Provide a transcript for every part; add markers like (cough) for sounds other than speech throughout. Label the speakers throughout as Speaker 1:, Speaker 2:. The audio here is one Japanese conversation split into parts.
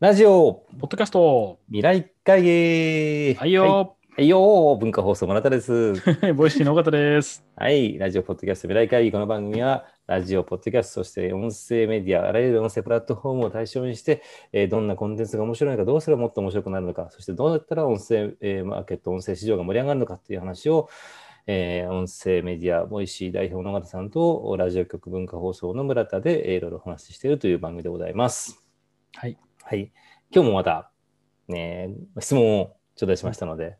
Speaker 1: ラジオ
Speaker 2: ポッドキャスト、
Speaker 1: 未来会議
Speaker 2: はいよ
Speaker 1: はい、はいよー文化放送村田
Speaker 2: (laughs)
Speaker 1: です。
Speaker 2: ー、 (laughs) ボイシーの尾形です。
Speaker 1: はい、ラジオポッドキャスト未来会議この番組は、ラジオ、ポッドキャスト、そして音声メディア、あらゆる音声プラットフォームを対象にして、えーどんなコンテンツが面白いのか、どうすればもっと面白くなるのか、そしてどうやったら音声、えーマーケット、音声市場が盛り上がるのかっていう話を、えー音声メディア、ボイシー代表の尾形さんと、ラジオ局文化放送の村田で、えーいろいろお話ししているという番組でございます。
Speaker 2: はい。
Speaker 1: はい。今日もまた、ね、質問を頂戴しましたので、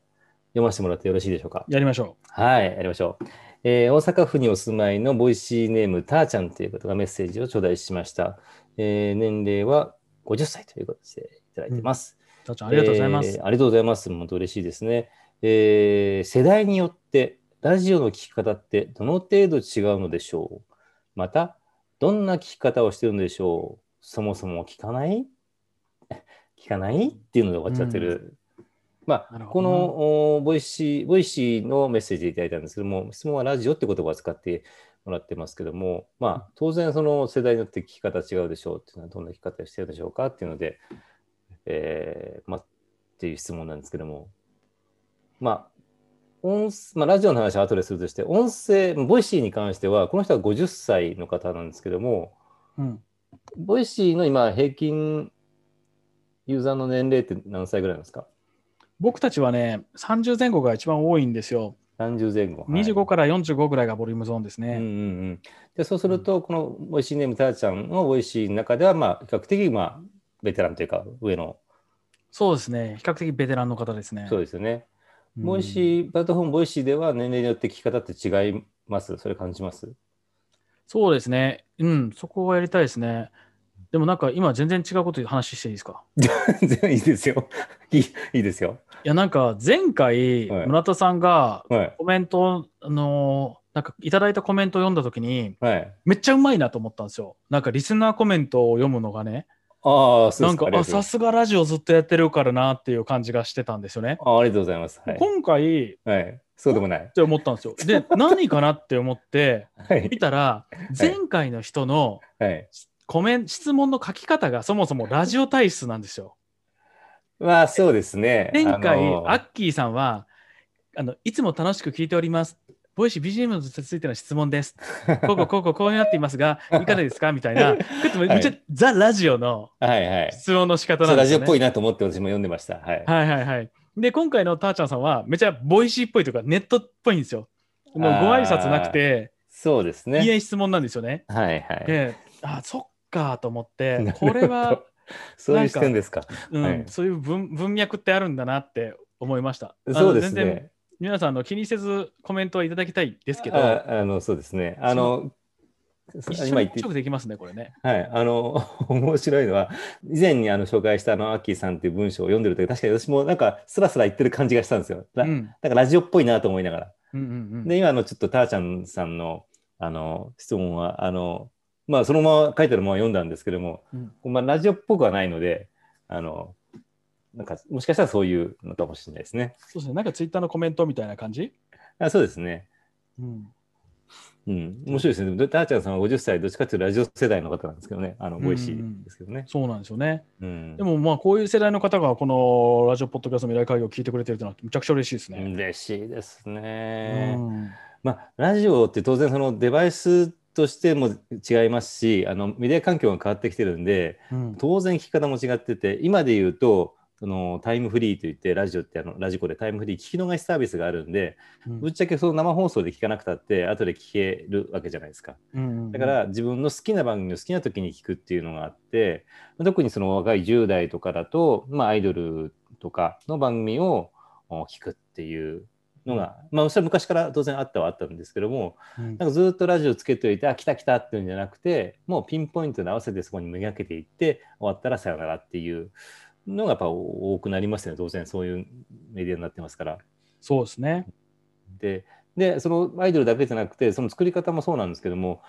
Speaker 1: 読ませてもらってよろしいでしょうか。
Speaker 2: やりましょ
Speaker 1: はい、やりましょう。えー大阪府にお住まいのボイシーネーム、たーちゃんという方がメッセージを頂戴しました。えー年齢は50歳ということでいただいてます。
Speaker 2: う。たっちゃん、ありがとうございます。
Speaker 1: えーありがとうございます。本当嬉しいですね。えー世代によってラジオの聞き方ってどの程度違うのでしょうまた、どんな聞き方をしてるのでしょうそもそも聞かない (laughs) 聞かないっていうので終わっちゃってる。ま
Speaker 2: な
Speaker 1: あ、
Speaker 2: るほ
Speaker 1: こ
Speaker 2: どな
Speaker 1: のおボイシー、ボイシーのメッセージいただいたんですけども、質問はラジオって言葉を使ってもらってますけども、まあ、当然その世代によって聞き方違うでしょうっていうのはどんな聞き方をしてるでしょうかっていうので、えーまあ、っていう質問なんですけども、まあ、音声まあ、ラジオの話は後でするとして、音声、ボイシーに関しては、この人は50歳の方なんですけども、
Speaker 2: うん。
Speaker 1: ボイシーの今、平均ユーザーの年齢って何歳ぐらいなんですか
Speaker 2: 僕たちはね、30前後が一番多いんですよ。
Speaker 1: ?30 前後。はい
Speaker 2: 25から45ぐらいがボリュームゾーンです
Speaker 1: うんうん
Speaker 2: ね。
Speaker 1: うん、でそうすると、このボイシーネームたーちゃんのボイシーの中では、まあ、比較的、まあ、ベテランというか、上の、
Speaker 2: そうですね。比較的ベテランの方ですね。
Speaker 1: そうですよね。
Speaker 2: うん
Speaker 1: ボイシー、プラットフォームボイシーでは年齢によって聞き方って違いますそれ感じます
Speaker 2: そうですね。うん、そこをやりたいですね。でもなんか今全然違うこと話していいですか
Speaker 1: (laughs) 全然いいですよ。 (laughs) いいいいですよ。
Speaker 2: いやなんか前回
Speaker 1: はい
Speaker 2: 村田さんが
Speaker 1: はい。
Speaker 2: コメントをあのーなんかいただいたコメントを読んだ時に
Speaker 1: はい。
Speaker 2: めっちゃうまいなと思ったんですよ。なんかリスナーコメントを読むのがね
Speaker 1: ああ、そう
Speaker 2: な
Speaker 1: です
Speaker 2: んか
Speaker 1: か。
Speaker 2: あ
Speaker 1: ありがとうござい
Speaker 2: さ
Speaker 1: ます
Speaker 2: すがラジオずっとやってるからなっていう感じがしてたんですよね。
Speaker 1: あありがとうございます。はい。
Speaker 2: 今回っ
Speaker 1: はい、そうでもない。
Speaker 2: て思ったんですよ。
Speaker 1: (laughs)
Speaker 2: で何かなって思って
Speaker 1: はい
Speaker 2: 見。たら前回の人の
Speaker 1: はい。
Speaker 2: コメン質問の書き方がそもそもラジオ体質なんですよ。
Speaker 1: まあ、そうですね。
Speaker 2: 前回、
Speaker 1: あの
Speaker 2: アッキーさんはあの「いつも楽しく聞いております」「ボイシー BGM についての質問です」「こうこうこうこうこうなっていますがいかがですか?」みた
Speaker 1: (laughs)
Speaker 2: いなめっちゃ、ザ・ラジオの
Speaker 1: はいはい。
Speaker 2: 質問の仕方
Speaker 1: そ
Speaker 2: な
Speaker 1: うん
Speaker 2: で
Speaker 1: ラ
Speaker 2: す
Speaker 1: ジオ
Speaker 2: よ
Speaker 1: っ
Speaker 2: ね
Speaker 1: ぽ。いなと思って私も読んでました。はい。
Speaker 2: はいはいはい。で、今回のたーちゃんさんは、めちゃボイシーっぽいというか、ネットっぽいんですよ。もうご挨拶なくて、
Speaker 1: そうです
Speaker 2: いい
Speaker 1: ね。
Speaker 2: え質問なんですよね。
Speaker 1: はいはい。
Speaker 2: で、あ、そっかと思っ
Speaker 1: なる
Speaker 2: て、
Speaker 1: ほ
Speaker 2: こ
Speaker 1: ど
Speaker 2: れは、、
Speaker 1: そういう視点ですか。
Speaker 2: うん
Speaker 1: はい
Speaker 2: そういう文文脈ってあるんだなって思いました。あの
Speaker 1: そうです
Speaker 2: 全然
Speaker 1: ね。
Speaker 2: 皆さんあの気にせずコメントはいただきたいですけど、
Speaker 1: ああの、そうですね。あの、
Speaker 2: 一緒
Speaker 1: 今言
Speaker 2: に
Speaker 1: って
Speaker 2: 直できますね、これね。
Speaker 1: はい、あの (laughs) 面白いのは以前にあの紹介したあのアッキーさんっていう文章を読んでる時確かに私もなんかスラスラ言ってる感じがしたんですよ。
Speaker 2: う
Speaker 1: ら
Speaker 2: ん。うん
Speaker 1: なんかラジオっぽいなと思いながら。
Speaker 2: うんうん。
Speaker 1: で今のちょっとたーちゃんさんのあの質問はあの、まあ、そのまま書いてあるまま読んだんですけども、
Speaker 2: うん
Speaker 1: まあ、ラジオっぽくはないのであのなんかもしかしたらそういうのかもしれないですね。
Speaker 2: そうですね、なんかツイッターのコメントみたいな感じ、
Speaker 1: あそうですね。
Speaker 2: うん、
Speaker 1: うん、面白いですね。でもたーちゃんさんは50歳どっちかっていうとラジオ世代の方なんですけどねあのボイシーですけどね。
Speaker 2: そうなんですよね。
Speaker 1: うん
Speaker 2: でもまあこういう世代の方がこのラジオポッドキャスト未来会議を聞いてくれてるというのはむちゃくちゃ嬉しいですね。
Speaker 1: 嬉しいです
Speaker 2: う
Speaker 1: ね。
Speaker 2: ん
Speaker 1: まあ、ラジオって当然そのデバイスとしても違いますしあのメディア環境が変わってきてるんで
Speaker 2: うん
Speaker 1: 当然聞き方も違ってて今で言うとそのタイムフリーといってラジオってあのラジコでタイムフリー聞き逃しサービスがあるんでぶっちゃけその生放送で聞かなくたって後で聞けるわけじゃないですか
Speaker 2: うん
Speaker 1: だから自分の好きな番組を好きな時に聞くっていうのがあって特にその若い10代とかだと、まあ、アイドルとかの番組をお聞くっていうのが、まあ、それは昔から当然あったはあったんですけども
Speaker 2: うん
Speaker 1: なんかずっとラジオつけておいてあ来た来たっていうんじゃなくてもうピンポイントで合わせてそこにめがけていって終わったらさよならっていうのがやっぱ多くなりますよね当然そういうメディアになってますから。
Speaker 2: そうですね。
Speaker 1: ででそのアイドルだけじゃなくてその作り方もそうなんですけども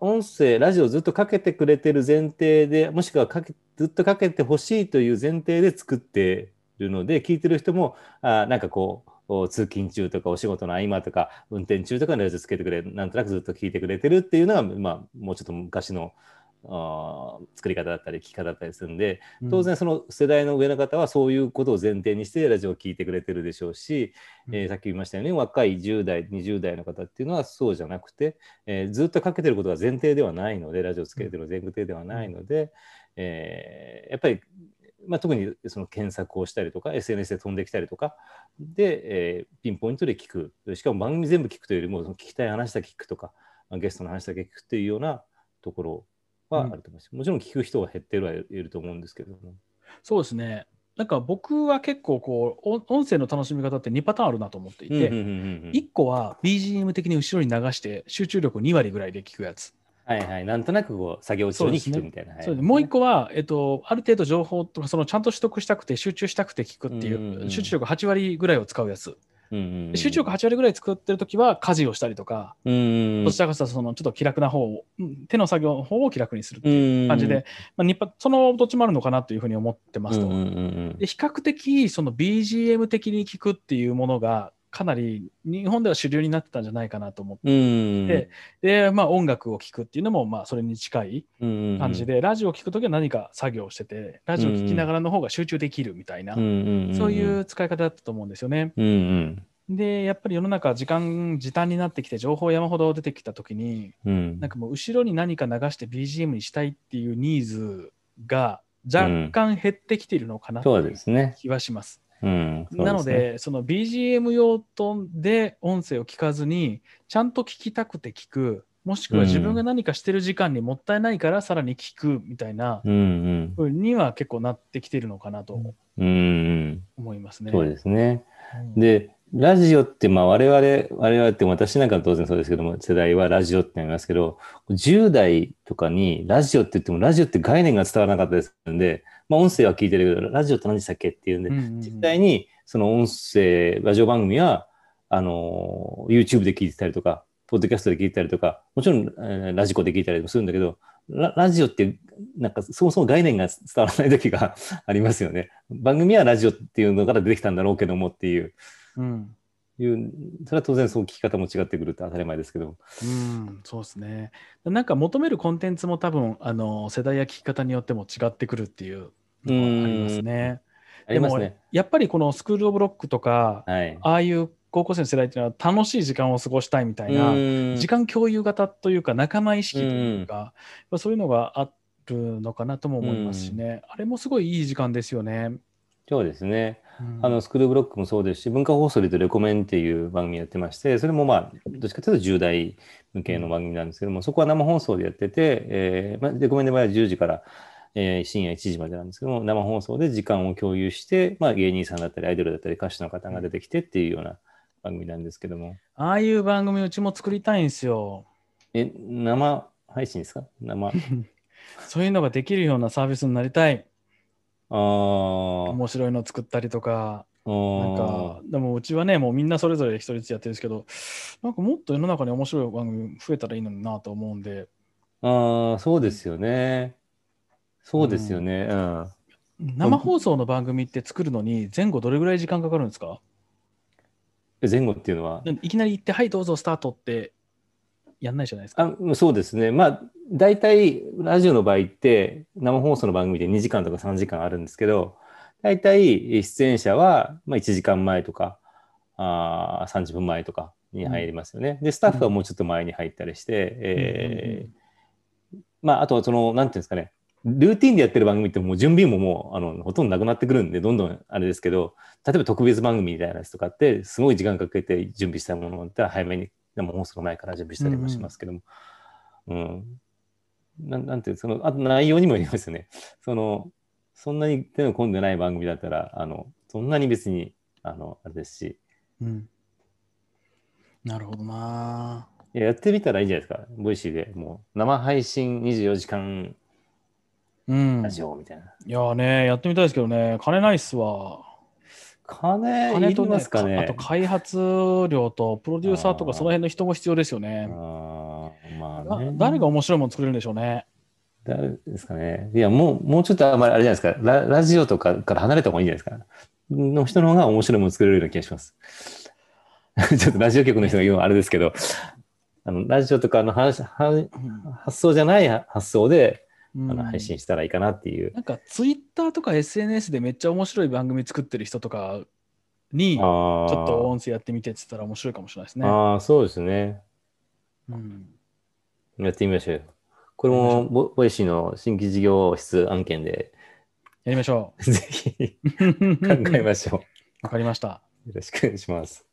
Speaker 1: 音声ラジオずっとかけてくれてる前提でもしくはかけずっとかけてほしいという前提で作ってるので聞いてる人もあなんかこうお通勤中とかお仕事の合間とか運転中とかにラジオつけてくれなんとなくずっと聞いてくれてるっていうのが、まあ、もうちょっと昔のあー作り方だったり聞き方だったりするんで当然その世代の上の方はそういうことを前提にしてラジオを聞いてくれてるでしょうし、えーさっき言いましたように若い10代20代の方っていうのはそうじゃなくて、えーずっとかけてることが前提ではないのでラジオつけてるの前提ではないので、えーやっぱり、まあ、特にその検索をしたりとか SNS で飛んできたりとかで、えーピンポイントで聞くしかも番組全部聞くというよりもその聞きたい話だけ聞くとかまあゲストの話だけ聞くというようなところはあると思います、もちろん聞く人は減ってるはいると思うんですけども。
Speaker 2: そうですね。なんか僕は結構こう音音声の楽しみ方って2パターンあるなと思っていて、
Speaker 1: うんうんうんうん
Speaker 2: 1個は BGM 的に後ろに流して集中力を2割ぐらいで聞くやつ、
Speaker 1: はいはい、なんとなくこう作業中に聞くみたいな。
Speaker 2: それ
Speaker 1: は
Speaker 2: で
Speaker 1: い
Speaker 2: もう1個は、えっと、ある程度情報とかそのちゃんと取得したくて集中したくて聞くっていう、
Speaker 1: うんうんうん
Speaker 2: 集中力8割ぐらいを使うやつ、
Speaker 1: うんうんうん
Speaker 2: 集中力8割ぐらい作ってる時は家事をしたりとか、
Speaker 1: うんうん
Speaker 2: どちらかというとそのちょっと気楽な方をうん手の作業の方を気楽にする
Speaker 1: うん
Speaker 2: 感じで、まあ、二パそのどっちもあるのかなというふうに思ってますと。
Speaker 1: うんうんうん
Speaker 2: で比較的その BGM 的に聞くっていうものがかなり日本では主流になってたんじゃないかなと思って、
Speaker 1: うん
Speaker 2: ででまあ、音楽を聞くっていうのもまあそれに近い
Speaker 1: うんうん
Speaker 2: 感じで、ラジオを聞くときは何か作業をしててラジオを聞きながらの方が集中できるみたいな、
Speaker 1: うんうんうん
Speaker 2: そういう使い方だったと思うんですよね。
Speaker 1: うんうん
Speaker 2: でやっぱり世の中時間時短になってきて情報山ほど出てきたときに
Speaker 1: うん
Speaker 2: なんかもう後ろに何か流して BGM にしたいっていうニーズが若干減ってきているのかなと
Speaker 1: そう
Speaker 2: い
Speaker 1: で
Speaker 2: う
Speaker 1: すね。
Speaker 2: 気はします。
Speaker 1: うん、そうすね
Speaker 2: なの、で、その BGM 用途で音声を聞かずに、ちゃんと聞きたくて聞く、もしくは
Speaker 1: うん
Speaker 2: 自分が何かしてる時間にもったいないからさらに聞くみたいな
Speaker 1: うん
Speaker 2: ふうには結構なってきてるのかなと
Speaker 1: うん、うん
Speaker 2: 思います
Speaker 1: うん、
Speaker 2: ね。
Speaker 1: そうですね。
Speaker 2: うん
Speaker 1: で、ラジオって、まあ我々、我々って私なんかは当然そうですけども、世代はラジオってなりますけど、10代とかにラジオって言っても、ラジオって概念が伝わらなかったですので、まあ音声は聞いてるけど、ラジオって何でしたっけっていうんで
Speaker 2: うん、うんうん
Speaker 1: 実際にその音声、ラジオ番組は、あの、YouTube で聞いてたりとか、ポッドキャストで聞いてたりとか、もちろん、えーラジコで聞いたりもするんだけど、ララジオって、なんかそもそも概念が伝わらない時が (laughs) ありますよね。番組はラジオっていうのから出てきたんだろうけどもっていう、
Speaker 2: うん
Speaker 1: いうそれは当然そう聞き方も違ってくるって当たり前ですけど。
Speaker 2: うんそうですね。なんか求めるコンテンツも多分、あの世代や聞き方によっても違ってくるっていうのはありますね。
Speaker 1: ありますね
Speaker 2: で。も、やっぱりこのスクール・オブ・ロックとか、
Speaker 1: はい。
Speaker 2: ああいう高校生の世代っていうのは楽しい時間を過ごしたいみたいな、時間共有型というか仲間意識というか、まあそういうのがあるのかなとも思いますしね、あれもすごいいい時間ですよね。
Speaker 1: そうですね。
Speaker 2: うん
Speaker 1: あのスクールブロックもそうですし、文化放送で言うとレコメンっていう番組やってまして、それもまあ、どっちかというと10代向けの番組なんですけども、そこは生放送でやってて、えーまあ、レコメンの場合は10時から、えー深夜1時までなんですけども、生放送で時間を共有して、まあ、芸人さんだったり、アイドルだったり、歌手の方が出てきてっていうような番組なんですけども、
Speaker 2: ああいう番組うちも作りたいんで
Speaker 1: (laughs)
Speaker 2: すよ。
Speaker 1: え、生配信ですか生。あ
Speaker 2: そういうのができるようなサービスになりたい。
Speaker 1: あー、
Speaker 2: (laughs) 面白いの作ったりとか、なん
Speaker 1: あ
Speaker 2: か、でもうちはね、もうみんなそれぞれ一人ずつやってるんですけど、なんかもっと世の中に面白い番組増えたらいいのになと思うんで、
Speaker 1: あー、そうですよね。そうですよね。うん
Speaker 2: 生放送の番組って作るのに前後どれぐらい時間かかるんですか
Speaker 1: 前後っていうのは
Speaker 2: なんでいきなり行って、はい、どうぞ、スタートってやんないじゃないですか。
Speaker 1: あそうですね、まあ、大体ラジオの場合って、生放送の番組で2時間とか3時間あるんですけど、大体出演者はまあ1時間前とかあー30分前とかに入りますよね。で、スタッフはもうちょっと前に入ったりして、えーまあ、あとはその、なんていうんですかね、ルーティンでやってる番組ってもう準備ももうあのほとんどなくなってくるんで、どんどんあれですけど、例えば特別番組みたいなやつとかって、すごい時間かけて準備したものだったら早めに、でも放送の前から準備したりもしますけども、うん。なんなんていう、その、あと内容にもよりますよね。その、そんなに手の込んでない番組だったら、あの、そんなに別に、あの、あれですし、
Speaker 2: うん、なるほどない
Speaker 1: ややってみたらいいんじゃないですか。ボイシーでもう、生配信24時間
Speaker 2: うん。
Speaker 1: ラ
Speaker 2: い
Speaker 1: ジオみたいな。
Speaker 2: やーね、やってみたいですけどね、金ないっすわ。
Speaker 1: 金、
Speaker 2: 金
Speaker 1: いり
Speaker 2: と
Speaker 1: ますかね。
Speaker 2: あと開発料とプロデューサーとか
Speaker 1: あー
Speaker 2: その辺の人も必要ですよ
Speaker 1: あ
Speaker 2: ね。
Speaker 1: ーまあ
Speaker 2: だ
Speaker 1: ね、
Speaker 2: 誰が面白いもの作れるんでしょうね。
Speaker 1: 誰ですかね。いや、もう、もうちょっとあんまりあれじゃないですか。ララジオとかから離れた方がいいんじゃないですか。の人の方が面白いもの作れるような気がします。 (laughs) ちょっとラジオ局の人が言うのはあれですけど、あの、ラジオとかの話、は発想じゃない発想で、あの配信したらいいかなっていう。
Speaker 2: なんかツイッターとか SNS でめっちゃ面白い番組作ってる人とかにち
Speaker 1: あ
Speaker 2: ょ
Speaker 1: ー
Speaker 2: っと音声やってみてって言ったら面白いかもしれないですね。
Speaker 1: あー、そうですね。
Speaker 2: うん、
Speaker 1: やってみましょうよ。これもボボイシーの新規事業室案件で、
Speaker 2: やりましょ
Speaker 1: ぜひ考
Speaker 2: う。
Speaker 1: えましょ
Speaker 2: わかりました。
Speaker 1: う。よろしくお願いします。